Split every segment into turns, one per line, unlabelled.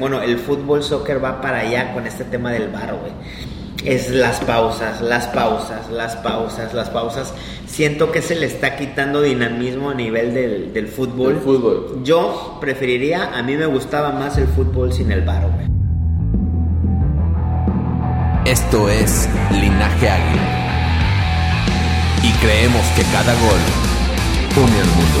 Bueno, el fútbol soccer va para allá con este tema del bar, güey. Es las pausas, las pausas, las pausas, las pausas. Siento que se le está quitando dinamismo a nivel del, del fútbol.
El fútbol.
Yo preferiría, a mí me gustaba más el fútbol sin el bar, güey.
Esto es Linaje Águila. Y creemos que cada gol une al mundo.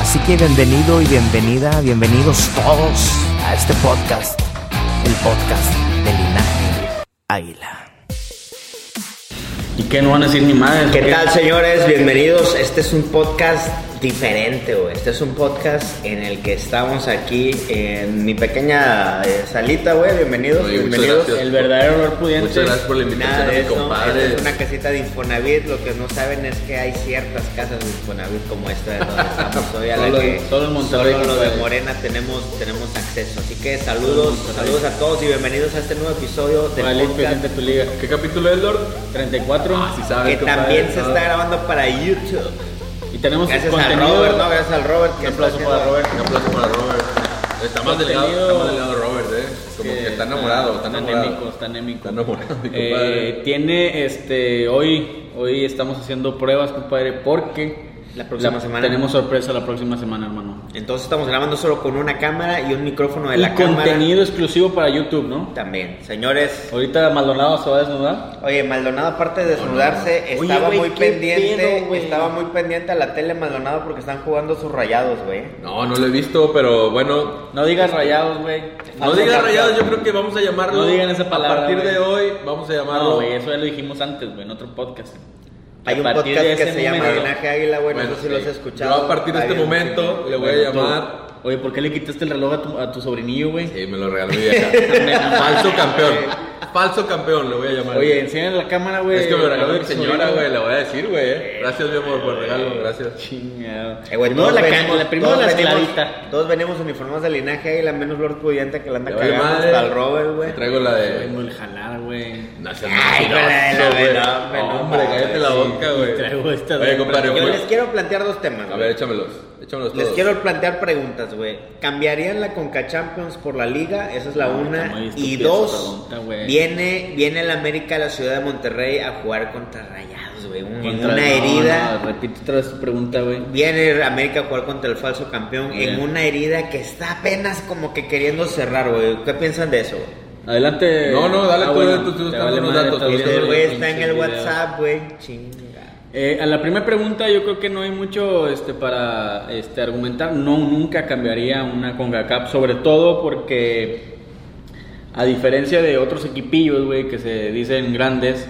Así que bienvenido y bienvenida, bienvenidos todos a este podcast, el podcast de Linaje Águila.
¿Y qué no van a decir ni madre?
¿Qué tal, señores? Bienvenidos. Este es un podcast diferente, güey. Este es un podcast en el que estamos aquí en mi pequeña eh, salita, güey. Bienvenidos,
Oye, muchas
bienvenidos.
gracias.
El-
El
verdadero honor
Muchas gracias por la
Nada de
invitación a mi
eso.
compadre.
Esta es una casita de Infonavit. Lo que no saben es que hay ciertas casas de Infonavit como esta de donde estamos hoy. A la
Solo-
que
solo en Monterrey,
solo lo de
compadre.
Morena tenemos, tenemos acceso. Así que saludos, saludos a todos y bienvenidos a este nuevo episodio del
Vale,
podcast.
presente tu liga.
¿Qué capítulo es, Lord?
34.
Ah, sí sabes,
pues. Que
compadre.
también se
¿no?
está grabando para YouTube.
Y tenemos
Gracias a
contenido.
Robert, ¿no? Gracias al Robert.
Un aplauso para Robert.
Un aplauso para Robert. Está más delgado, está más delgado Robert, eh. Como que está enamorado, está
anémico,
enamorado.
está anémico.
Está enamorado, mi
Eh,
compadre.
tiene este hoy hoy estamos haciendo pruebas, compadre, porque
La próxima semana.
tenemos sorpresa la próxima semana, hermano.
Entonces estamos grabando solo con una cámara y un micrófono de
Y
la cámara.
contenido exclusivo para YouTube, ¿no?
También, señores.
Ahorita Maldonado se va a desnudar.
Oye, Maldonado, aparte de desnudarse,
Oye,
estaba
güey,
muy
¿qué
pendiente.
pedo, güey?
estaba muy pendiente a la tele Maldonado porque están jugando sus rayados, güey.
No, no lo he visto, pero bueno.
No digas rayados, güey.
No digas rayados, yo creo que vamos a llamarlo.
No digan esa palabra,
A partir
güey.
de hoy, vamos a
No,
llamarlo.
güey, eso ya lo dijimos antes, güey, en otro podcast.
Hay
A
un podcast
partir
que
de
se
ese
llama
momento-
Linaje Águila, güey.
Bueno,
no sé si
sí.
lo has escuchado.
Yo a partir de
Está
este
bien.
momento le voy a
Bueno, tú-
llamar.
Oye, ¿por qué le quitaste el reloj a tu, a tu sobrinillo, güey?
Sí, me lo regaló mi vieja. Falso campeón. Falso campeón, le voy a llamar.
Oye, enséñale la cámara, güey.
es que me lo regaló
Reloj
mi
de tu
señora,
sobrino.
güey, le voy a decir, güey. eh. Gracias, mi amor, por el regalo, gracias.
Chingado.
Eh, güey,
primero
todos
la,
venimos-
can- la- primero
todos
la
venimos-
esclavita.
Todos venimos uniformados de Linaje Águila, menos Lord Pudiente que la anda
Le vale
cagando
madre.
hasta el Robert, güey.
Te Traigo la de.
Vengo el jalar, güey.
Nación
Ay, güey, la
Mentiroso, güey.
verdad, güey, no
Hombre,
mames,
cállate la
sí.
boca, güey.
Traigo esta de-
Oye, compadre,
Yo
güey.
les quiero plantear dos temas.
A
güey.
ver, échamelos. Échamelos todos.
Les quiero plantear preguntas, güey. ¿Cambiarían la Conca Champions por la Liga? Esa es la una.
muy
Y
estúpida
dos,
esa pregunta, güey.
viene, viene el América a la ciudad de Monterrey a jugar contra Rayados, güey. Un-
Contra-
una
no,
herida.
no, repite otra vez tu pregunta, güey.
Viene el América a jugar contra el falso campeón en
Bien.
una herida que está apenas como que queriendo cerrar, güey. ¿Qué piensan de eso? güey?
Adelante.
No, no, dale
Ah,
tú,
bueno,
dale tú, estoy
te
buscando
vale
unos
madre,
datos,
estás
estoy
Este
viendo
buscando
güey
los
está en
pinches
el
videos.
WhatsApp, güey. Chinga.
Eh, a la primera pregunta yo creo que no hay mucho este, para este, argumentar. No, nunca cambiaría una CONCACAF, sobre todo porque a diferencia de otros equipillos, güey, que se dicen grandes,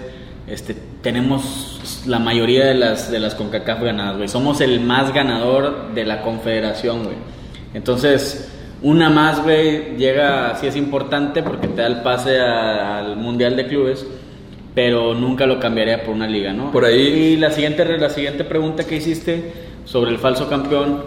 este, tenemos la mayoría de las, de las CONCACAF ganadas, güey. Somos el más ganador de la confederación, güey. Entonces, una más, güey, llega, sí es importante porque te da el pase a- al Mundial de Clubes. Pero nunca lo cambiaría por una liga, ¿no?
Por ahí-
Y la siguiente, la siguiente pregunta que hiciste sobre el falso campeón,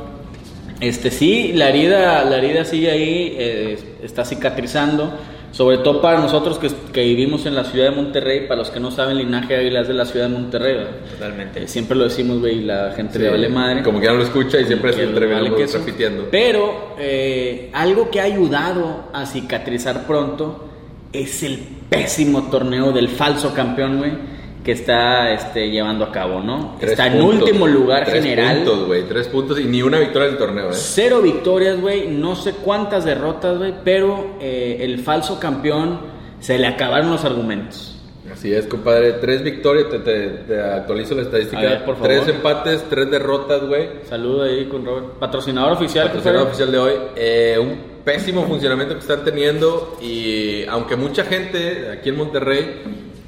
este sí, la herida, la herida sigue ahí, eh, está cicatrizando. Sobre todo para nosotros que, que vivimos en la ciudad de Monterrey, para los que no saben, Linaje Águila es de la ciudad de Monterrey. ¿verdad?
Totalmente.
Eh, Siempre lo decimos, güey, y la gente
Sí.
le vale madre.
Como que ya no lo escucha y siempre se
Que le vale
entrevela
queso.
repitiendo.
Pero eh, algo que ha ayudado a cicatrizar pronto es el pésimo torneo del falso campeón, güey, que está este, llevando a cabo, ¿no?
Tres
está en
puntos,
último lugar
tres
general.
puntos, güey. Tres puntos y ni una victoria del torneo, ¿eh?
Cero victorias, güey. No sé cuántas derrotas, güey. Pero eh, el falso campeón se le acabaron los argumentos.
Así es, compadre. Tres victorias, te, te- te actualizo la estadística.
A ver, por favor.
Tres empates, tres derrotas, güey.
Saludo ahí con Robert. Patrocinador oficial.
Patrocinador
compadre.
oficial de hoy. Eh, un pésimo funcionamiento que están teniendo y aunque mucha gente aquí en Monterrey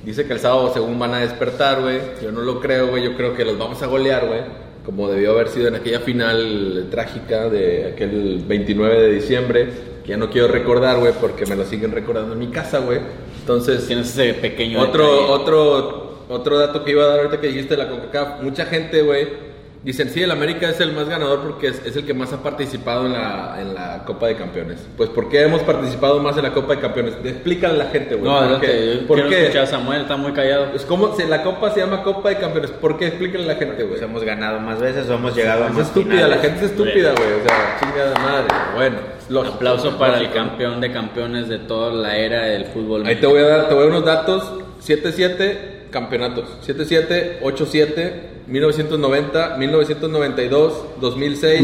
dice que el sábado según van a despertar, güey, yo no lo creo, güey, yo creo que los vamos a golear, güey, como debió haber sido en aquella final trágica de aquel 29 de diciembre, que ya no quiero recordar, güey, porque me lo siguen recordando en mi casa, güey. Entonces,
Tienes ese pequeño.
otro,
detalle.
otro, otro dato que iba a dar ahorita que dijiste de la CONCACAF, mucha gente, güey, dicen, sí, el América es el más ganador porque es, es el que más ha participado en la, en la Copa de Campeones. Pues, ¿por qué hemos participado más en la Copa de Campeones? Explícale a la gente, güey.
No,
¿por
adelante.
qué?
yo
¿Por
quiero escuchar a
qué?
Samuel, está muy callado.
Pues, ¿cómo se, la Copa se llama Copa de Campeones? ¿Por qué? Explícale a la gente, güey.
Pues hemos ganado más veces o hemos llegado a
Es
más
estúpida,
finales.
la gente es estúpida, güey. O sea, chingada madre. Bueno, es lógico.
Aplauso para el
Lógico.
campeón de campeones de toda la era del fútbol.
Ahí te voy a dar, te voy a dar unos datos. 7-7 campeonatos. 7-7, 8-7, 1990, 1992, 2006,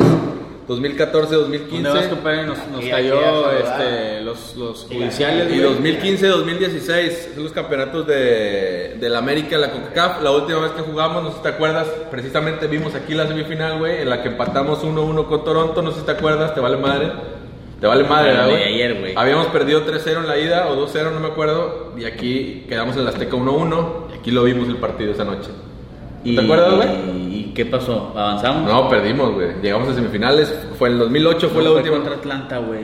2014,
¿Dónde vas,
2015.
compadre? Nos, nos
Aquí,
cayó
aquí, a saludar.
este, los, los judiciales.
Y
güey.
2015, 2016 son los campeonatos de, de la América, la CONCACAF. La última vez que jugamos, no sé si te acuerdas, precisamente vimos aquí la semifinal, güey, en la que empatamos 1-1 con Toronto. No sé si te acuerdas, te vale madre. Te vale madre,
La de
güey.
ayer, güey.
Habíamos perdido 3-0 en la ida o 2-0, no me acuerdo. Y aquí quedamos en la Azteca 1-1. Y aquí lo vimos el partido esa noche.
Y-
¿Te acuerdas, güey?
¿Y qué pasó? ¿Avanzamos?
No, perdimos, güey. Llegamos a semifinales. Fue en el 2008, fue la última.
contra Atlanta, güey.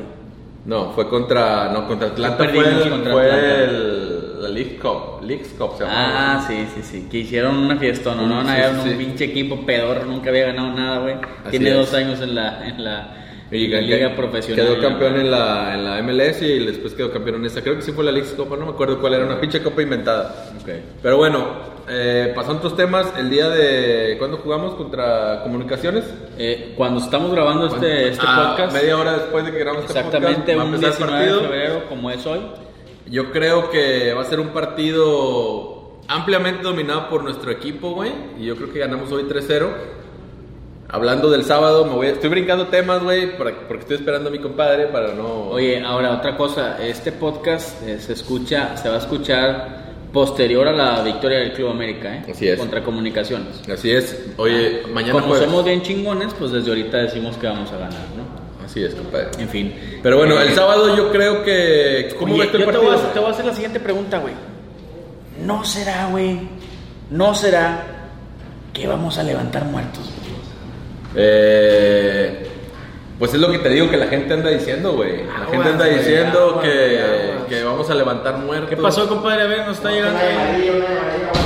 No, fue contra. No, contra Atlanta.
Perdimos
fue el-
contra
fue
Atlanta.
el- la League Cup. League Cup se llamaba.
Ah, sí, sí, sí. Que hicieron una fiesta, ¿no?
Sí,
no,
sí,
Había
sí.
un pinche equipo pedorro, nunca había ganado nada, güey.
Así
Tiene
es.
dos años en la, en la,
Y
en la
que-
liga profesional.
Quedó campeón en la, en la MLS y después quedó campeón en esa. Creo que sí fue la League Cup, no me acuerdo cuál era, una pinche copa inventada. Pero bueno, eh, pasando a otros temas, el día de. ¿Cuándo jugamos? ¿Contra Comunicaciones?
Eh, cuando estamos grabando este, este
Ah,
podcast,
Media hora después de que grabamos este
exactamente
podcast, va a
un
empezar
19
el
de
partido.
febrero, como es hoy.
Yo creo que va a ser un partido ampliamente dominado por nuestro equipo, güey. Y yo creo que ganamos hoy 3-0. Hablando del sábado, me voy a- estoy brincando temas, güey, para- porque estoy esperando a mi compadre para no...
Oye, ahora otra cosa, este podcast eh, se escucha, se va a escuchar posterior a la victoria del Club América, ¿eh?
Así es.
Contra Comunicaciones.
Así es. Oye, mañana
Ah, Como
jueves.
somos bien chingones, pues desde ahorita decimos que vamos a ganar, ¿no?
Así es, compadre.
En fin.
Pero bueno,
Eh,
el sábado yo creo que... ¿Cómo
Oye,
ves tú el
yo te
partido?
voy, a, te voy a hacer la siguiente pregunta, güey. ¿No será, güey? ¿No será que vamos a levantar muertos? güey?
Eh, pues es lo que te digo que la gente anda diciendo, güey. La gente anda
güey,
diciendo
aguas,
que,
güey, aguas.
que vamos a levantar muertos.
¿Qué pasó, compadre? A ver, nos está llegando.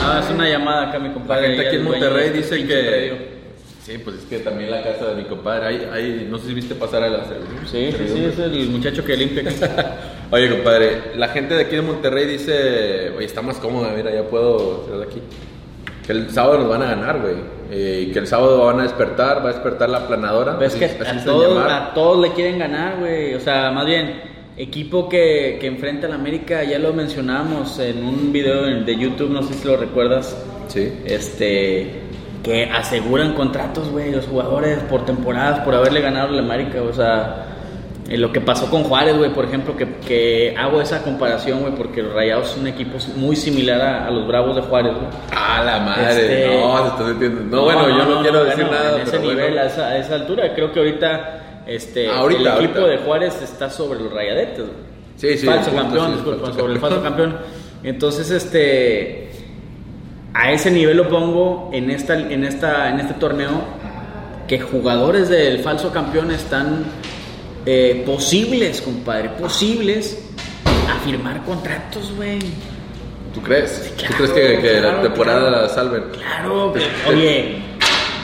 Ah, es una llamada acá, mi
La
compadre.
gente
ahí
aquí en
al dueño
Monterrey
de este
dice
pinche predio.
que... Sí, pues es que también la casa de mi compadre, ahí, ahí no sé si viste pasar a la
Sí, sí, sí, es el muchacho que limpia aquí.
Oye, compadre, la gente de aquí de Monterrey dice, oye, está más cómoda, mira, ya puedo hacer de aquí. Que el sábado nos van a ganar, güey. Eh, Y que el sábado van a despertar, va a despertar la planadora.
Ves Pues que
así- así
a
se
todos,
llama.
a todos le quieren ganar, güey. O sea, más bien, equipo que, que enfrenta al América, ya lo mencionamos en un video de YouTube, no sé si lo recuerdas.
Sí.
este que aseguran contratos, güey, los jugadores por temporadas por haberle ganado al América, o sea, eh, lo que pasó con Juárez, güey, por ejemplo, que, que hago esa comparación, güey, porque los Rayados es un equipo muy similar a, a los Bravos de Juárez, güey.
A la madre,
Este-
no, se está sintiendo- No, bueno, yo no, quiero decir
bueno,
nada.
En ese
pero bueno.
nivel, a, esa, a esa altura, creo que ahorita, este,
Ahorita,
el equipo
ahorita.
de Juárez está sobre los Rayadetes, güey
Sí, sí.
falso
justo,
campeón,
sí,
disculpa,
falso
sobre el falso campeón. Entonces, este a ese nivel lo pongo en esta en esta en este torneo que jugadores del falso campeón están eh, posibles, compadre, posibles a firmar contratos, güey.
¿Tú crees?
Claro,
¿Tú crees que, que la
claro,
temporada
claro.
la salven?
Claro, güey. oye,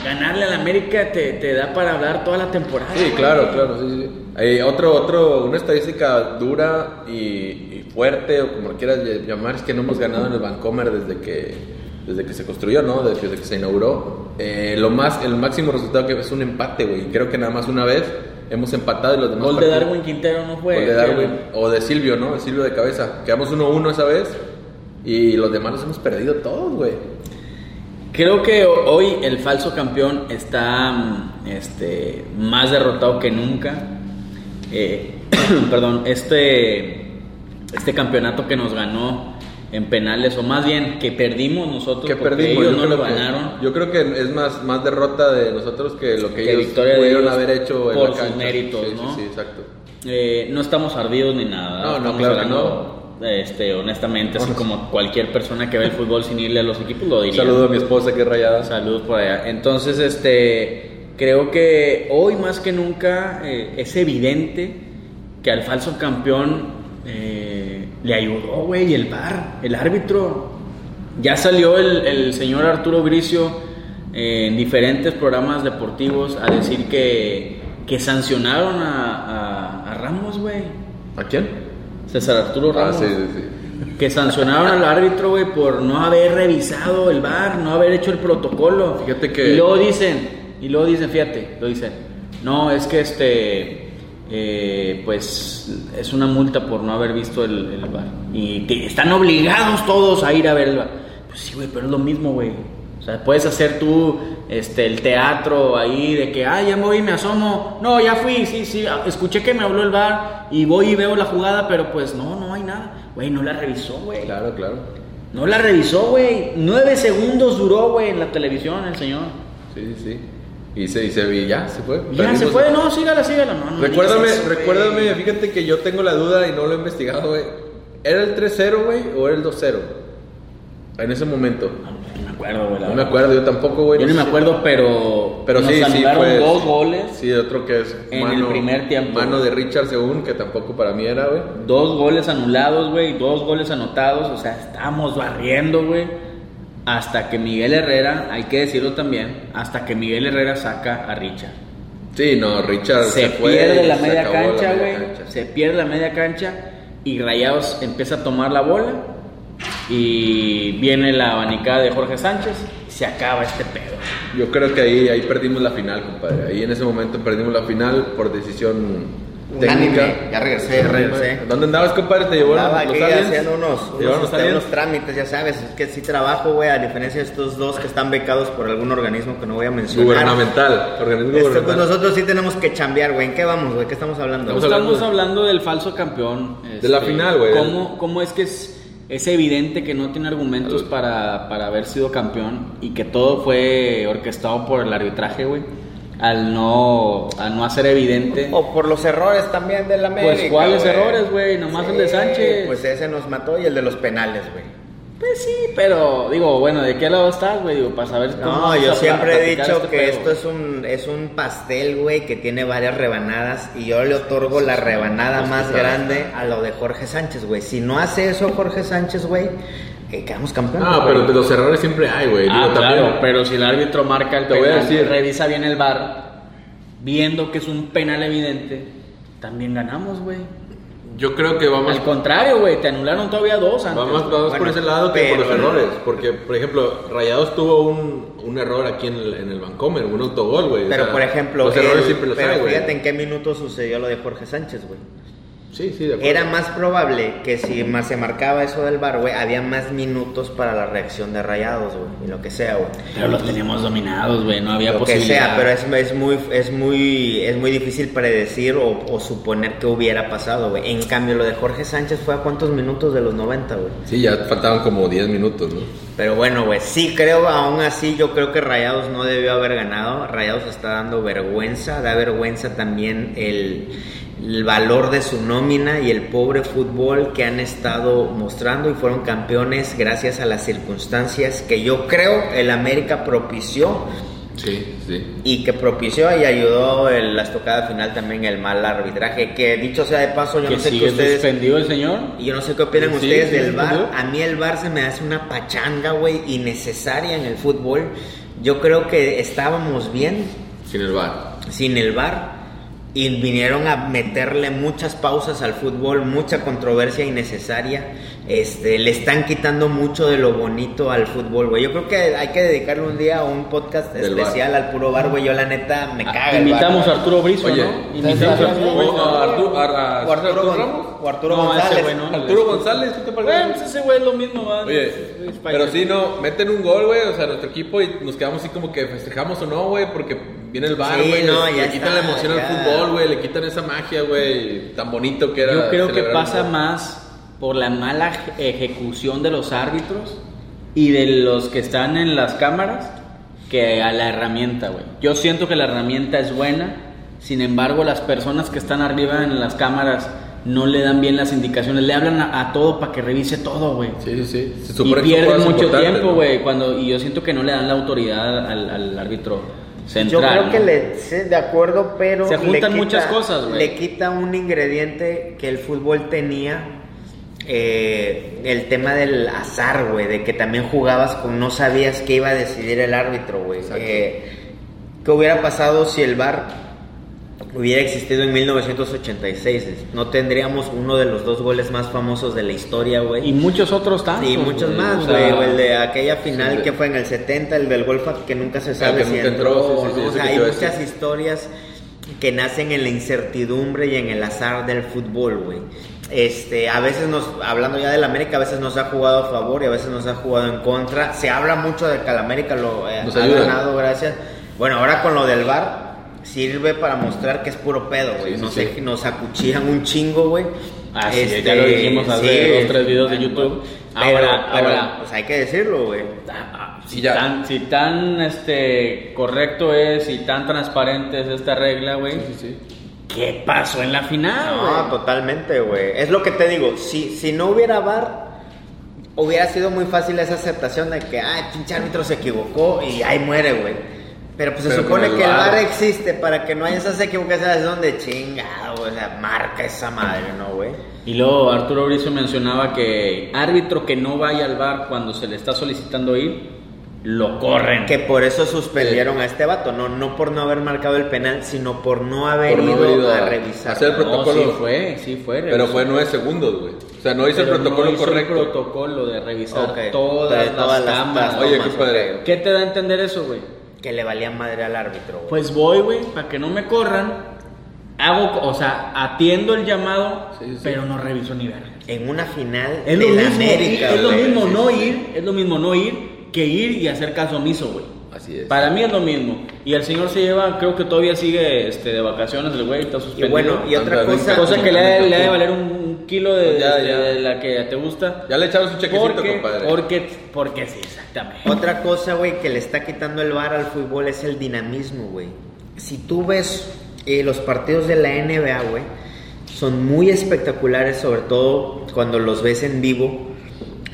ganarle al América te, te da para hablar toda la temporada.
Sí,
güey.
claro, claro, sí, sí. Hay otro, otro, una estadística dura y, y fuerte, o como lo quieras ll- llamar, es que no hemos ganado en el Vancomer desde que, desde que se construyó, ¿no? Desde, desde que se inauguró. Eh, lo más, el máximo resultado que es un empate, güey. Creo que nada más una vez hemos empatado y los demás
Gol de
partidos-
Darwin Quintero no fue.
Gol de Darwin. O de Silvio, ¿no? De Silvio de cabeza. Quedamos 1-1 esa vez y los demás los hemos perdido todos, güey.
Creo que hoy el falso campeón está mm, este, más derrotado que nunca. Eh, perdón, este, este campeonato que nos ganó en penales, o más bien que perdimos nosotros,
que
porque
perdimos.
ellos
yo
no lo
creo que-
ganaron.
Yo creo que es más, más derrota de nosotros que lo que
Que
ellos
victoria de
pudieron
ellos
haber hecho en
por
la
sus
cancha.
méritos,
Sí, sí,
¿no?
Sí, exacto.
Eh, no estamos ardidos ni nada.
No, no,
estamos
claro que
hablando, Este, honestamente, así
Honest-
como cualquier persona que ve el fútbol sin irle a los equipos lo
Un
diría.
saludo a mi esposa que es rayada.
Saludos por allá. Entonces, este, creo que hoy más que nunca eh, es evidente que al falso campeón eh, le ayudó, güey, el bar, el árbitro. Ya salió el, el señor Arturo Bricio eh, en diferentes programas deportivos a decir que, que sancionaron a, a- a Ramos, güey.
¿A quién?
César Arturo
Ah,
Ramos
sí, sí, sí.
que sancionaron al árbitro, güey, por no haber revisado el bar, no haber hecho el protocolo.
Fíjate que-
Y luego dicen, y luego dicen, fíjate, lo dicen. No, es que este. eh, pues es una multa por no haber visto el, el bar. Y que están obligados todos a ir a ver el bar. Pues sí, güey, pero es lo mismo, güey. O sea, puedes hacer tú este, el teatro ahí de que, ah, ya me voy y me asomo. No, ya fui, sí, sí, ah, escuché que me habló el bar y voy y veo la jugada, pero pues no, no hay nada. Güey, no la revisó, güey.
Claro, claro.
No la revisó, güey. Nueve segundos duró, güey, en la televisión el señor.
Sí, sí, sí. Y se, y se- y ya, se fue.
Ya
Perdimos.
se fue, no, sígala, sígala. No, no
Recuérdame,
digas eso, güey.
recuérdame, fíjate que yo tengo la duda y no lo he investigado, güey. ¿Era el 3-0, güey, o era el 2-0? En ese momento.
No, no me acuerdo, güey. la
No me
verdad.
acuerdo, yo tampoco, güey.
Yo
no
no me
sé.
acuerdo, pero.
Pero
nos
sí, sí,
anularon
fue.
dos goles.
Sí, otro que es.
En el primer tiempo.
Mano de Richard según, que tampoco para mí era, güey.
Dos goles anulados, güey, dos goles anotados, o sea, estamos barriendo, güey. Hasta que Miguel Herrera, hay que decirlo también, hasta que Miguel Herrera saca a Richard.
Sí, no, Richard
se,
se, fue.
pierde
y
la
se
media
acabó la
cancha,
media
güey.
cancha.
Se pierde la media cancha y Rayados empieza a tomar la bola y viene la abanicada de Jorge Sánchez, se acaba este pedo.
Yo creo que ahí, ahí perdimos la final, compadre. Ahí en ese momento perdimos la final por decisión
Unánime,
técnica.
ya regresé, ya regresé.
¿Dónde andabas, compadre? ¿Te llevaron
Andaba
los
aquí
aliens?
haciendo unos,
¿Te
unos,
llevaron los
este,
aliens?
unos trámites, ya sabes, es que sí trabajo, güey, a diferencia de estos dos que están becados por algún organismo que no voy a mencionar.
Gubernamental. Organismo
Este, pues
gubernamental.
nosotros sí tenemos que chambear, güey. ¿En qué vamos, güey? ¿Qué estamos hablando?
Estamos
Estamos
hablando
hablando,
de-
del falso campeón. este,
la final, güey.
¿cómo, cómo es que es, es evidente que no tiene argumentos
Al-
para, para haber sido campeón y que todo fue orquestado por el arbitraje, güey? Al no, al no hacer evidente.
O por los errores también del América.
Pues, ¿cuáles errores, güey? Nomás el de Sánchez.
Pues ese nos mató y el de los penales, güey.
Pues sí, pero digo, bueno, ¿de qué lado estás, güey? Digo, para saber cómo
No,
vamos
yo
a
siempre he
platicar
dicho
este
que
pedo.
esto es un, es un pastel, güey, que tiene varias rebanadas y yo le otorgo la rebanada más grande a lo de Jorge Sánchez, güey. Si no hace eso Jorge Sánchez, güey, eh, quedamos campeones.
Ah,
güey.
pero de los errores siempre hay, güey.
Ah,
Digo, también-
claro, pero si el árbitro marca el
Te voy a
penal,
decir.
revisa bien el bar, viendo que es un penal evidente, también ganamos, güey.
Yo creo que vamos,
Al contrario, güey, te anularon todavía dos antes.
vamos, vamos
Bueno,
por ese lado que por
pero-
los errores. Porque, por ejemplo, Rayados tuvo un, un error aquí en el, en el Vancomer, un autogol, güey. O
Pero
sea,
por ejemplo,
los errores
el-
siempre los
pero
hay, güey.
fíjate en qué minuto sucedió lo de Jorge Sánchez, güey.
Sí, sí, de acuerdo.
Era más probable que si más se marcaba eso del bar, güey, había más minutos para la reacción de Rayados, güey, y lo que sea, güey.
Pero los teníamos dominados, güey, no había
Lo que
posibilidad.
sea, pero es, es muy es muy es muy difícil predecir o, o suponer que hubiera pasado, güey. En cambio lo de Jorge Sánchez fue a cuántos minutos de los 90, güey.
Sí, ya faltaban como 10 minutos, ¿no?
Pero bueno, güey, sí creo, aún así yo creo que Rayados no debió haber ganado. Rayados está dando vergüenza, da vergüenza también el, el valor de su nómina y el pobre fútbol que han estado mostrando y fueron campeones gracias a las circunstancias que yo creo el América propició
Sí, sí.
y que propició y ayudó en la estocada final también el mal arbitraje. Que dicho sea de paso, yo
que
no sé
sigue
qué ustedes
suspendido el señor.
y yo no sé qué opinan
Sí,
ustedes
sí,
del
sí,
VAR.
sí.
A mí el VAR se me hace una pachanga, güey, innecesaria en el fútbol. Yo creo que estábamos bien
Sin el bar.
sin el VAR. y vinieron a meterle muchas pausas al fútbol, mucha controversia innecesaria. Este, le están quitando mucho de lo bonito al fútbol, güey. Yo creo que hay que dedicarle un día a un podcast
Del
especial al puro bar, güey. Yo la neta me
Ah,
caga. el
Invitamos
bar,
a Arturo Brizo,
Oye,
¿no? Invitamos a
¿sabías,
Arturo
güey?
Brizo.
O a Arturo, a- a-
O Arturo
Arturo
Ramos, este,
Ramos.
o Arturo
No, ese
González.
güey no.
Arturo González, ¿qué te
Bueno,
parece?
pues ese güey es lo mismo, va.
Oye,
Es
pero
Spider-Man.
sí, no, meten un gol, güey, o sea, nuestro equipo y nos quedamos así como que festejamos o no, güey, porque viene el bar,
Sí,
güey,
no,
le,
ya
le quitan
está,
la emoción
ya.
al fútbol, güey, le quitan esa magia, güey, tan bonito que era.
Yo creo que
celebrar un
pasa
gol.
más por la mala eje- ejecución de los árbitros y de los que están en las cámaras que a la herramienta, güey. Yo siento que la herramienta es buena, sin embargo, las personas que están arriba en las cámaras no le dan bien las indicaciones, le hablan a, a todo para que revise todo, güey.
Sí, sí, sí. Se
Y
supone que son
pierden
cosas
mucho
importantes,
tiempo,
¿no?
güey, cuando y yo siento que no le dan la autoridad al, al árbitro
Yo
central.
creo que
¿no?
le, sí, de acuerdo, pero.
Se
le
juntan muchas cosas, güey.
Le quita un ingrediente que el fútbol tenía. eh, el tema del azar, güey, de que también jugabas con no sabías qué iba a decidir el árbitro, güey. Eh, ¿Qué hubiera pasado si el VAR hubiera existido en 1986? No tendríamos uno de los dos goles más famosos de la historia, güey.
Y muchos otros tantos.
Y muchos
güey,
más,
o sea,
güey. o el de aquella final
sí,
que
güey.
fue en el 70, el del Golfa, que nunca se sabe
que
si
nunca
entró.
entró, sí,
o
sí, sí,
no.
eso
O sea,
que te
hay
iba a decir.
muchas historias que nacen en la incertidumbre y en el azar del fútbol, güey. Este, a veces nos, hablando ya del América, a veces nos ha jugado a favor y a veces nos ha jugado en contra. Se habla mucho de que el América lo eh,
Nos
ha
ayuda.
ganado, gracias. Bueno, ahora con lo del VAR sirve para mostrar que es puro pedo, güey.
Sí, Ah, sí,
nos,
sí.
nos acuchillan un chingo, güey. Este,
Así es, Ah, ya
Este,
lo dijimos hace dos, tres videos de YouTube.
Ah,
Pero-
Ahora,
pero,
ahora.
Pues hay que decirlo, güey.
Ah, ah, Si
Y ya.
tan, si tan este, correcto es y tan transparente es esta regla, güey.
Sí, sí.
¿Qué pasó en la
Ah,
final, güey?
No, totalmente, güey. Es lo que te digo. Si, si no hubiera VAR, hubiera sido muy fácil esa aceptación de que, ah, el pinche árbitro se equivocó y ahí muere, güey. Pero pues se
Pero
supone
con el
que el
VAR.
VAR existe para que no haya esas equivocaciones donde chingado, güey. O sea, marca esa madre, ¿no, güey?
Y luego Arturo Brizo mencionaba que árbitro que no vaya al bar cuando se le está solicitando ir, lo corren.
Que por eso suspendieron a este vato, no, no por no haber marcado el penal, sino por no haber,
Por no
ido,
haber ido
a
a
revisar.
hacer pro-
No, sí
protocolo.
fue, sí fue.
Pero
revisó.
fue nueve segundos, güey. O sea, no hizo
Pero
el protocolo
no hizo
correcto.
El protocolo de revisar
Ok,
todas,
de todas
las
las-
cámaras.
las
Oye,
tomas,
qué padre.
¿Qué te da a entender eso, güey?
Que le valía madre al árbitro, güey.
Pues voy, güey, para que no me corran. Hago, o sea, atiendo el llamado,
Sí, sí, sí.
pero no reviso ni verga.
En una final
Es
de
lo
la
mismo,
América,
ir- es lo
güey.
mismo no
Sí, sí, sí.
ir, es lo mismo no ir que ir y hacer caso omiso, güey.
Así es.
Para mí es lo mismo. Y el señor se lleva, creo que todavía sigue este, de vacaciones, el güey está
Y
suspendido.
bueno, y otra
Anda,
cosa,
ahorita-
cosa que le ha le ha de valer un, un kilo de,
Ya,
de-
ya.
de la que te gusta.
Ya le echaron su chequecito,
porque,
compadre.
porque, porque sí, exactamente.
otra cosa, güey, que le está quitando el bar al fútbol es el dinamismo, güey. Si tú ves eh, los partidos de la NBA, güey, son muy espectaculares, sobre todo cuando los ves en vivo,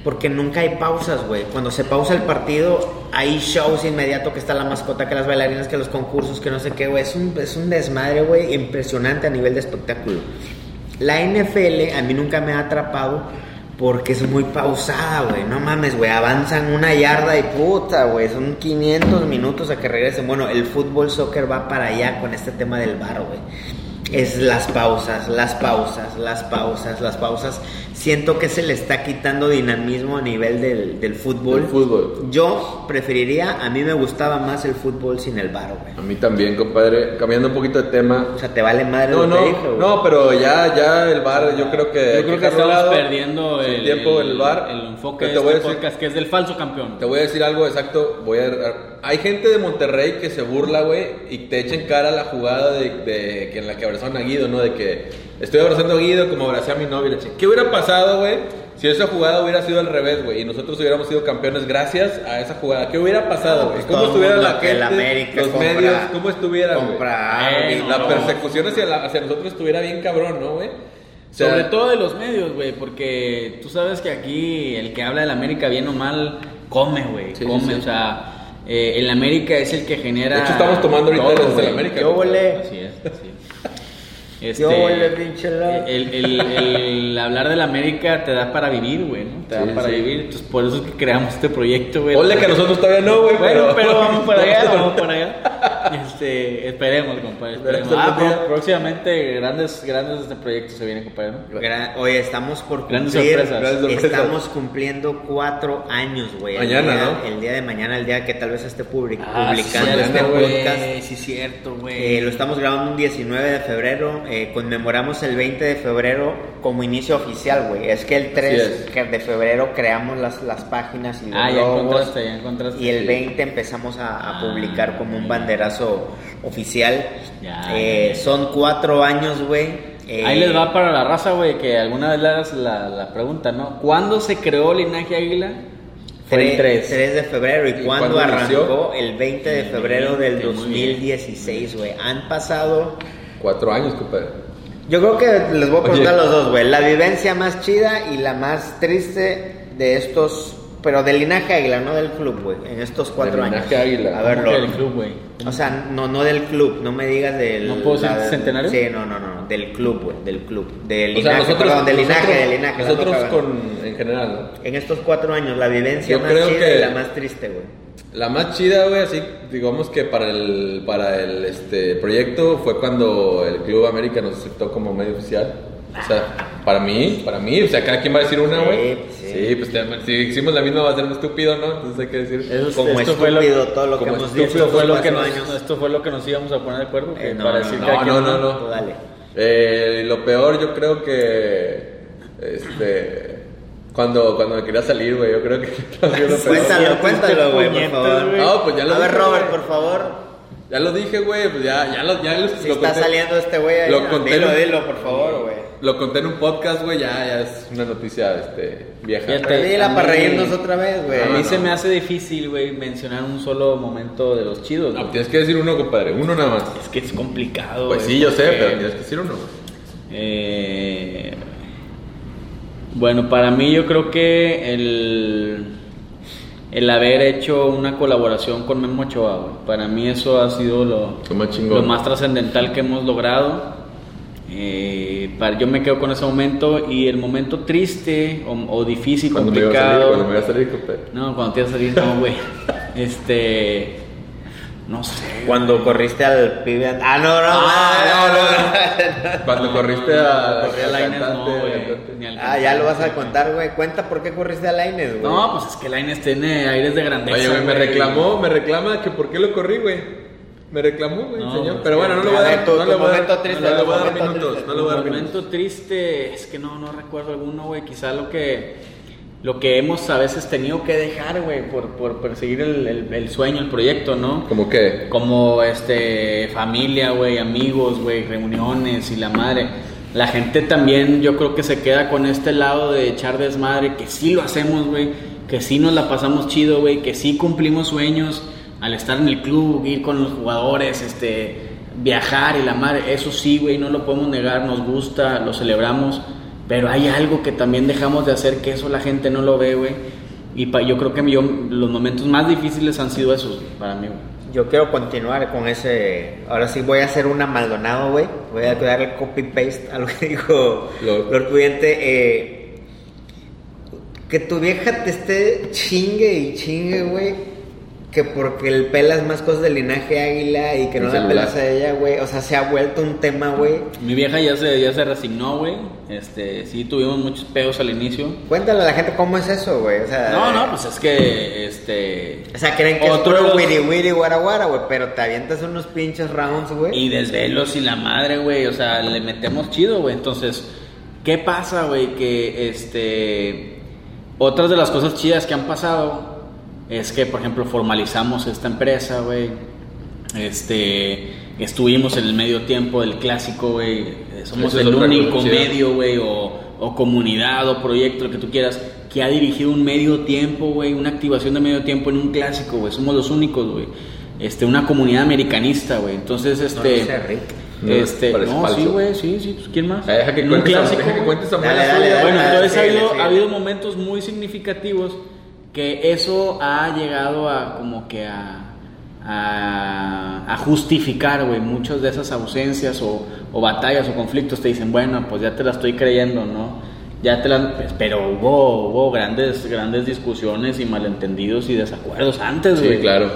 porque nunca hay pausas, güey. Cuando se pausa el partido, hay shows inmediato que está la mascota, que las bailarinas, que los concursos, que no sé qué, güey. Es un, es un desmadre, güey, impresionante a nivel de espectáculo. La NFL a mí nunca me ha atrapado porque es muy pausada, güey. No mames, güey. Avanzan una yarda y puta, güey. Son 500 minutos a que regresen. Bueno, el fútbol soccer va para allá con este tema del bar, güey. Es las pausas, las pausas, las pausas, las pausas. Siento que se le está quitando dinamismo a nivel del, del fútbol.
Del fútbol.
Yo preferiría, a mí me gustaba más el fútbol sin el bar, güey.
A mí también, compadre. Cambiando un poquito de tema.
O sea, te vale madre
No,
lo que
no,
dije, güey.
no, pero ya, ya el bar, yo creo que. hay
Yo creo que
dejarlo a
estamos
un Eh, lado.
perdiendo
Sin
el,
tiempo el bar.
el enfoque
Pero
de este
voy a decir-
podcast, que es del falso campeón.
Te voy a decir algo exacto. Voy a... Hay gente de Monterrey que se burla, güey, y te echa en cara la jugada de, de que en la que abrazaron a Guido, ¿no? De que estoy abrazando a Guido como abracé a mi novia. y la chingada. ¿Qué hubiera pasado, güey, si esa jugada hubiera sido al revés, güey? Y nosotros hubiéramos sido campeones gracias a esa jugada. ¿Qué hubiera pasado, güey?
Pues
¿Cómo
todo
estuviera
mundo
la
que
gente,
la América
los
compra-
medios? ¿Cómo estuviera, güey?
compra
Ay,
árbitros.
La persecución hacia, la- hacia nosotros estuviera bien cabrón, ¿no, güey? O sea,
Sobre todo de los medios, güey, porque tú sabes que aquí el que habla del América bien o mal come, güey,
Sí, sí,
come,
sí.
o sea, eh, el América es el que genera.
De hecho, estamos tomando ahorita
todo,
gracias al
güey.
América.
¿Qué huele?
Así es, así. es.
Yo huele, pinche loco.
el, el- el hablar del América te da para vivir, güey, ¿no? Te
Sí,
da para
sí.
vivir, entonces por eso es que creamos este proyecto, güey.
Ponle que nosotros todavía no, güey.
Bueno, pero vamos para allá,
Vamos
vamos para allá. Este, esperemos, compadre. Esperemos.
Esperemos
Ah,
algún día.
pro- próximamente grandes, grandes este, proyectos se vienen, compadre, ¿no?
Gra- Oye, estamos por
Grandes
cumplir.
sorpresas.
Grandes sorpresas.
Estamos cumpliendo cuatro años, güey. El
Mañana,
día-
¿no?
El día de mañana, el día que tal vez esté public-
Ah, sí,
publicando
cierto,
este
güey,
podcast.
Sí, cierto, güey.
Eh, lo estamos grabando un 19 de febrero. eh, conmemoramos el 20 de febrero como inicio oficial, güey. Es que el 3
es.
que- de febrero creamos las, las páginas y los
Ah, ya
logos,
encontraste, ya encontraste.
Y el 20 empezamos a, a
Ah,
publicar como un banderazo oficial.
Ya,
Eh,
ya, ya.
Son cuatro años, güey. eh,
Ahí les va para la raza, güey, que alguna vez le hagas la, la pregunta, ¿no? ¿Cuándo se creó Linaje Águila? Fue el 3.
3 de febrero. ¿Y,
¿Y
cuándo
cuándo
arrancó?
inició? Mm,
El 20 de
El
febrero
20,
del
muy bien.
2016, güey. Han pasado
Cuatro años, compadre.
Yo creo que les voy a preguntar
Oye.
a los dos, güey. La vivencia más chida y la más triste de estos, pero del linaje águila, no del club, güey. En estos cuatro
Del
años.
linaje águila.
A ver,
Del
Lord.
club, güey.
O sea, no, no del club, no me digas del.
¿No puedo ser
la-
centenario?
Sí, no, no, no. Del club, güey. Del club. Del
o sea,
linaje,
nosotros,
perdón, del linaje,
nosotros-
del linaje. la
nosotros
toca, güey.
con, en general, ¿no?
En estos cuatro años, la vivencia
Yo
más
creo
chida
que-
y la más triste, güey.
La más chida, güey, así, digamos que para el, para el este, proyecto fue cuando el Club América nos aceptó como medio oficial. O sea, para mí, para mí, o sea, cada quien va a decir una,
Sí,
güey.
pues sí.
Sí, pues te- si hicimos la misma va a ser un estúpido, ¿no? Entonces hay que decir.
Eso-
Como
esto fue lo-
estúpido todo lo que
como
hemos dicho.
Esto fue, lo
estos
que nos,
cuatro años.
esto fue lo que nos íbamos a poner de acuerdo que
Eh, no,
para
no,
decir
no,
cada quien
no,
una.
no, no.
Tú dale.
Eh, lo peor, yo creo que. Este. Cuando, cuando me quería salir, güey, yo creo que. ha sido lo peor.
Pues, Cuéntalo, cuéntalo, güey, por
Puñetas,
favor.
güey.
No, pues ya lo
A ver,
dije,
Robert,
güey.
por favor.
Ya lo dije, güey, pues ya, ya lo, ya lo-
Si
lo
está
conté.
saliendo este güey ahí,
lo
no,
conté.
dilo, dilo, por favor, güey.
Lo conté en un podcast, güey, ya, ya es una noticia este, vieja.
Ya te-
Dila
a
para
mí-
reírnos otra vez, güey.
A mí
No,
se
no.
me hace difícil, güey, mencionar un solo momento de los chidos.
No, pues
güey.
tienes que decir uno, compadre, uno nada más.
Es que es complicado.
Pues
güey,
sí, yo sé,
porque,
pero tienes que decir uno.
eh, bueno, para mí yo creo que el, el haber hecho una colaboración con Memo Ochoa, güey, para mí eso ha sido lo,
Lo más chingón.
lo más trascendental que hemos logrado. Eh, para, yo me quedo con ese momento y el momento triste o, o difícil,
Cuando me iba a salir,
complicado.
cuando me iba a salir, compadre.
No, cuando te ibas a salir, no, güey. Este. No sé.
Cuando corriste al pibe. an- Ah, no, no,
Ah,
no, no, no.
Cuando corriste
no,
a...
corrí a Lainez, no,
cantante,
güey,
cantante.
ni al-
Ah, ya lo vas a contar, güey. Cuenta por qué corriste al Aines, güey.
No, pues es que Laines tiene aires de grandeza.
Oye, güey, me
güey.
reclamó, me reclama que por qué lo corrí, güey. Me reclamó, güey,
No,
el señor.
pues,
Pero bueno, no le voy a
a ver,
dar...
tu-
no
tu
le voy a dar-
momento triste,
No le
tu
voy a dar
momento
minutos,
triste.
no le
Un
voy a dar minutos.
momento triste, es que no, no recuerdo alguno, güey. Quizá lo que, lo que hemos a veces tenido que dejar, güey, por, por perseguir el, el- el sueño, el proyecto, ¿no?
¿Cómo qué?
Como este, familia, güey, amigos, güey, reuniones y la madre. La gente también, yo creo que se queda con este lado de echar desmadre, que sí lo hacemos, güey, que sí nos la pasamos chido, güey, que sí cumplimos sueños al estar en el club, ir con los jugadores, este, viajar y la madre. Eso sí, güey, no lo podemos negar, nos gusta, lo celebramos, pero hay algo que también dejamos de hacer que eso la gente no lo ve, güey. Y pa- yo creo que yo- los momentos más difíciles han sido esos, güey, para mí, güey.
Yo quiero continuar con ese. Ahora sí voy a hacer una Maldonado, güey. Voy a darle copy paste a lo que dijo
Lord.
Lord Pudiente. eh, que tu vieja te esté chingue y chingue, güey. Que porque le pelas más cosas del linaje águila y que
El
no la
celular.
pelas a ella, güey. O sea, se ha vuelto un tema, güey.
Mi vieja ya se, ya se resignó, güey. Este, sí tuvimos muchos pedos al inicio.
Cuéntale a la gente cómo es eso, güey. O sea,
No, no, pues es que, este...
O sea, creen que
Otro
es
de
puro
los-
wiri wiri guara guara, güey. Pero te avientas unos pinches rounds, güey.
Y desvelos y la madre, güey. O sea, le metemos chido, güey. Entonces, ¿qué pasa, güey? Que, este... Otras de las cosas chidas que han pasado es que, por ejemplo, formalizamos esta empresa, güey. Este... Estuvimos en el medio tiempo del clásico, güey. Eh, Somos
Eso es
el
otra cosa
único
chida.
medio medio, güey, o, o comunidad, o proyecto, lo que tú quieras, que ha dirigido un medio tiempo, güey, una activación de medio tiempo en un clásico, güey. Somos los únicos, güey. Este, una comunidad americanista, güey. Entonces, este.
sea rico.
Este,
Parece
no,
falso.
sí, güey, sí, sí, pues, ¿quién más?
Ah, Deja que
En un
cuentes a-
clásico.
deja que
güey.
cuentes a
Dale,
Maya
dale,
Soria.
dale,
Bueno,
Ah,
entonces ha
sí,
habido,
sí.
ha habido momentos muy significativos que eso ha llegado a como que a, a, a justificar, güey, muchas de esas ausencias o, o batallas o conflictos. Te dicen, bueno, pues ya te la estoy creyendo, ¿no? Ya te la... pues, Pero hubo, hubo grandes, grandes discusiones y malentendidos y desacuerdos antes,
Sí,
güey.
claro.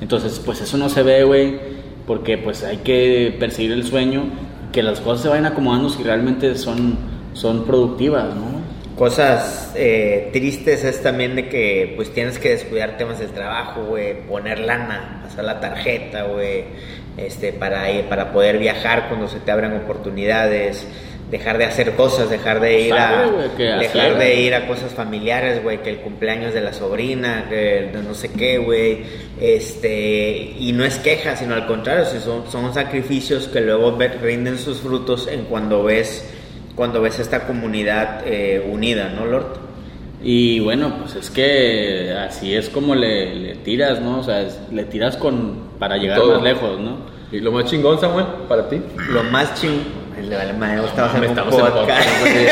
Entonces, pues eso no se ve, güey. porque pues hay que perseguir el sueño, que las cosas se vayan acomodando si realmente son, son productivas, ¿no?
Cosas eh, tristes es también de que pues tienes que descuidar temas del trabajo, güey, poner lana, pasar la tarjeta, güey, este, para, eh, para poder viajar cuando se te abran oportunidades, dejar de hacer cosas, dejar de ir a
Sabe, güey, que
dejar
hacer.
de ir a cosas familiares, güey, que el cumpleaños de la sobrina, que de no sé qué, güey, este, y no es queja, sino al contrario, si son, son sacrificios que luego ve- rinden sus frutos en cuando ves cuando ves esta comunidad eh, unida, ¿no, Lord?
Y bueno, pues es que así es como le, le tiras, ¿no? O sea, es- le tiras con para llegar
Todo.
más lejos, ¿no?
Y lo más chingón, Samuel, para ti.
Lo más ching, le vale madre, estamos en
Me
un
estamos en
podcast.
podcast, güey, güey.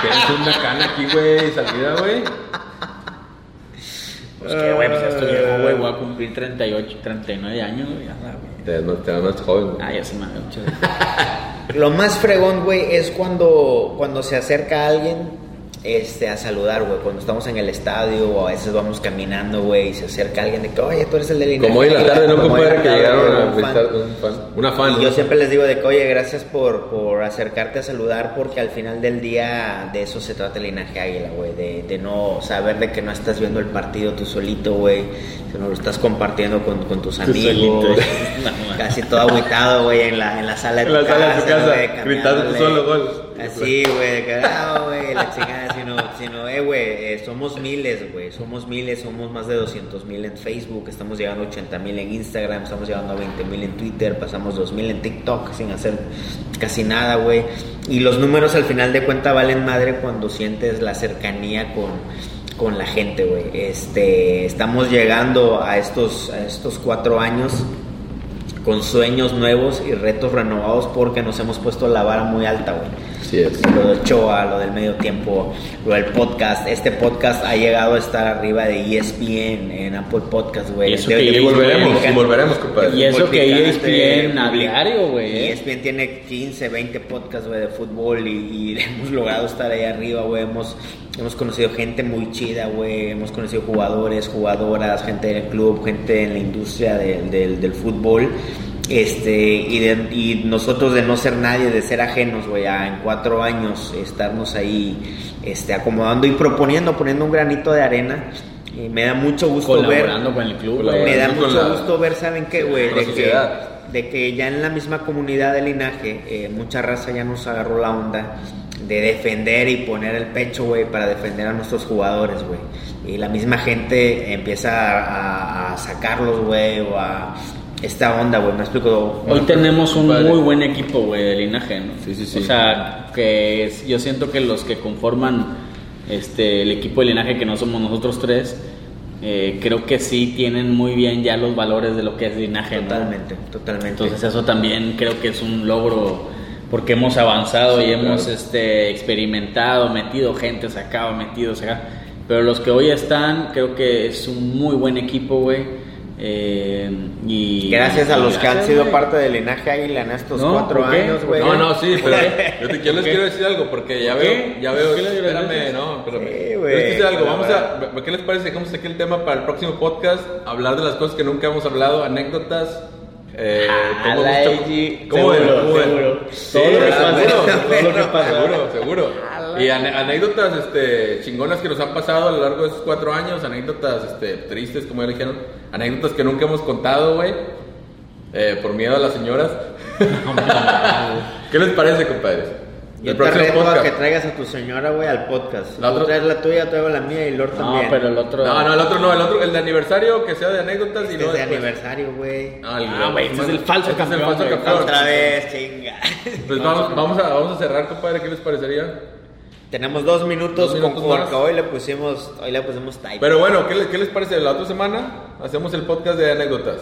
Tienes una cana aquí, güey, salida, güey.
Pues que, güey, pues ya estoy viejo, güey, voy a cumplir 38, 39 años, güey. ya, güey.
Te ves más, te ves más joven, güey.
Ah, ya se me había hecho.
Lo más fregón, güey, es cuando, cuando se acerca alguien este, a saludar, güey. Cuando estamos en el estadio o a veces vamos caminando, güey, y se acerca alguien de que, oye, tú eres el del Linaje".
Como hoy en la tarde, ¿no,
Como hoy en la
compadre?
tarde,
Que llegaron a
un fan.
visitar un fan. Una fan.
Y yo
¿no?
siempre les digo de que, oye, gracias por, por acercarte a saludar, porque al final del día de eso se trata el linaje águila, güey. De, de no saber de que no estás viendo el partido tú solito, güey. Sino lo estás compartiendo con, con tus amigos.
solito. No,
Casi todo agüitado, güey, en la, en la sala de
En la
tu
sala de
casa,
tu casa,
güey, cambiándole.
gritando tu solo gol.
Así, güey, de que, ah, güey, la chingada, sino, sino, eh, güey, eh, somos miles, güey, somos miles, somos más de 200 mil en Facebook, estamos llegando a 80 mil en Instagram, estamos llegando a 20 mil en Twitter, pasamos 2 mil en TikTok sin hacer casi nada, güey. Y los números al final de cuenta valen madre cuando sientes la cercanía con con la gente, güey. Este, estamos llegando a estos, a estos cuatro años con sueños nuevos y retos renovados porque nos hemos puesto la vara muy alta, güey.
Así es.
Lo del Choa, lo del medio tiempo, lo del podcast. Este podcast ha llegado a estar arriba de E ESPN en Apple Podcast, güey.
Y eso
De-
que
Y
de-
volveremos,
publican-
y volveremos, compadre.
Y eso que E
publican,
ESPN
este,
a
public-
diario, güey. ¿eh?
ESPN tiene 15, 20 podcasts, güey, de fútbol y, y hemos logrado estar ahí arriba, güey. Hemos, hemos conocido gente muy chida, güey. Hemos conocido jugadores, jugadoras, gente del club, gente en la industria del, del- del fútbol. Este, y, de- y nosotros de no ser nadie, de ser ajenos, güey, a en cuatro años estarnos ahí este, acomodando y proponiendo, poniendo un granito de arena. Y me da mucho gusto ver
Colaborando con el club, güey.
me da
Con
mucho
la-
gusto ver, ¿saben qué, güey?
con la
De que,
sociedad.
de que ya en la misma comunidad de linaje, eh, mucha raza ya nos agarró la onda de defender y poner el pecho, güey, para defender a nuestros jugadores, güey. Y la misma gente empieza a, a- a sacarlos, güey, o a esta onda, güey. Me explico.
Hoy tenemos un
Compadre.
muy buen equipo, güey, de linaje, ¿no?
Sí, sí, sí.
O sea, que es- yo siento que los que conforman este el equipo de linaje, que no somos nosotros tres, eh, creo que sí tienen muy bien ya los valores de lo que es linaje, ¿no?
Totalmente, totalmente.
Entonces eso también creo que es un logro porque hemos avanzado y hemos
claro.
este, experimentado, metido gente, sacado, metido, sacado. Pero los que hoy están, creo que es un muy buen equipo, güey. Eh, y
gracias a los que han
Gracias,
sido
güey.
parte del linaje águila en estos
No,
cuatro
¿por qué?
años, güey.
No, no, sí, pero eh, yo, te, yo les quiero decir algo porque ya
¿Por
veo,
qué?
ya veo,
¿Por qué le agradeces?
espérame, no, espérame.
Sí,
Yo
güey,
les quiero decir algo,
la
vamos a, ¿qué les parece? ¿Cómo saqué el tema para el próximo podcast? Hablar de las cosas que nunca hemos hablado, anécdotas. Eh, ¿cómo
Ah, la
gusta-
IG,
¿Cómo ven?
seguro,
¿Cómo ven?
seguro.
Sí,
Todo lo que
seguro,
pasa, todo lo que pasa.
Seguro, seguro. Y ane- anécdotas este, chingonas que nos han pasado a lo largo de esos cuatro años, anécdotas este, tristes, como ya le dijeron, anécdotas que nunca hemos contado, güey, eh, por miedo a las señoras. ¿Qué les parece, compadres?
Yo te reto a que traigas a tu señora, güey, al podcast.
La
Tú
otra-
traes la tuya, traigo la mía y Lord
No,
también.
pero el otro...
No, no, el otro no, el otro, el de aniversario, que sea de anécdotas y
Este
no
es de
después.
aniversario, güey.
Ah, el-
Ah, güey, este es el falso
este es el
campeón,
falso
güey.
campeón.
Otra vez, chinga.
Pues vamos, vamos, a, vamos a cerrar, compadre, ¿qué les parecería?
Tenemos dos minutos,
Dos minutos
con- porque
más.
hoy le pusimos, hoy le pusimos type.
Pero bueno, ¿qué les, qué les parece? La otra semana hacemos el podcast de anécdotas,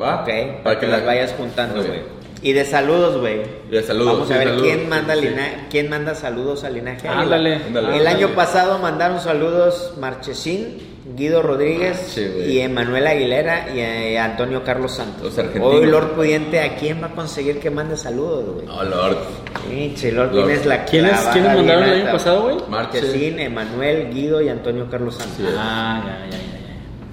¿va?
Ok, para que las
la-
vayas juntando,
Muy
güey.
bien.
Y de saludos, güey.
De saludos,
Vamos a
sí,
ver
saludos,
quién manda
sí, sí.
lina- quién manda saludos al linaje. Águila.
Ándale,
Ándale.
El año pasado mandaron saludos Marchesín, Guido Rodríguez
Ah, Sí, güey.
y Emanuel Aguilera y eh, Antonio Carlos Santos.
Los argentinos.
Hoy Lord Pudiente, ¿a quién va a conseguir que mande saludos, güey?
Oh, Lord.
Pinche Lord,
Lord.
tienes la
¿Quiénes-
clavada
quiénes
bien
mandaron el
alta,
año pasado, güey?
Marche.
Marchesín, Emanuel, Guido y Antonio Carlos Santos. Ah,
Sí.
Ah, ya, ya, ya, ya.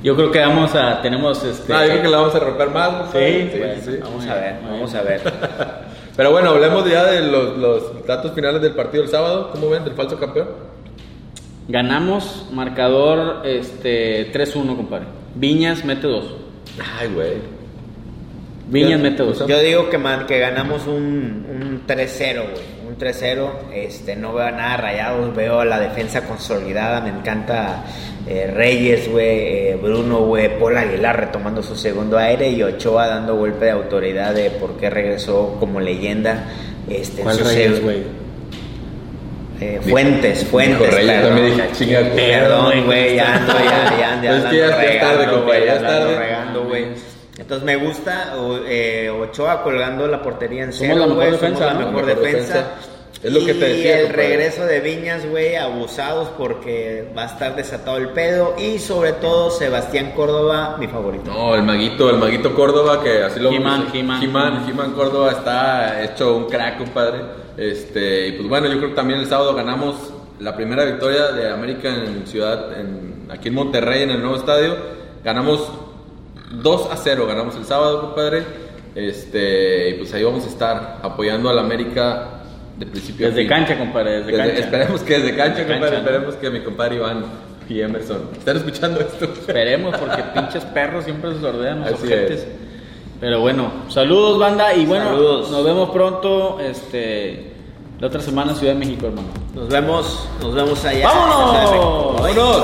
Yo creo que vamos a. Tenemos este.
No, Ah, yo creo que la vamos a romper más.
Sí,
güey.
bueno, vamos a ver, vamos a ver.
Pero bueno, hablemos ya de los, los datos finales del partido del sábado. ¿Cómo ven del falso campeón?
Ganamos marcador este 3-1, compadre. Viñas mete 2.
Ay, güey.
Viñas
Yo-
mete 2.
Yo digo que, man, que ganamos un, un 3-0, güey. Un 3-0. Este, no veo nada rayados, veo la defensa consolidada. Me encanta eh, Reyes, güey. eh, Bruno, güey. Paul Aguilar retomando su segundo aire. Y Ochoa dando golpe de autoridad de por qué regresó como leyenda. Este, en
¿Cuál
su
Reyes,
seg-
güey?
eh, Fuentes, Fuentes.
Dijo Reyes,
perdón.
también dije, chinga,
Perdón, güey, ya ando, ya, ya ando.
Es que
ando
ya es tarde,
regando,
compadre,
güey,
ya es
ando
tarde.
regando, güey. Entonces me gusta o- eh, Ochoa colgando la portería en
Somos
cero,
la mejor
güey,
defensa,
Somos la
¿no?
mejor
Mejor
defensa.
defensa. Es lo que te
Y
decía,
el
compadre.
regreso de Viñas, güey, abusados porque va a estar desatado el pedo. Y sobre todo Sebastián Córdoba, mi favorito.
No, el maguito, el maguito Córdoba, que así lo
He-Man, He-Man.
He-Man, He-Man Córdoba está hecho un crack, compadre. Este, y pues bueno, yo creo que también el sábado ganamos la primera victoria de América en Ciudad, en, aquí en Monterrey, en el nuevo estadio. Ganamos 2 a 0, ganamos el sábado, compadre. Este, y pues ahí vamos a estar apoyando al América de principio a
Desde
fin.
cancha, compadre, desde,
Desde-
cancha.
Esperemos que desde cancha,
Desde
compadre.
cancha, ¿no?
Esperemos que mi compadre Iván y Emerson estén escuchando esto.
Esperemos, porque pinches perros siempre se sordean los
Así
objetos.
es.
Pero bueno, saludos, banda. Y bueno,
Saludos.
nos vemos pronto. Este, la otra semana en Ciudad de México, hermano.
Nos vemos, nos vemos allá.
¡Vámonos! ¡Vámonos!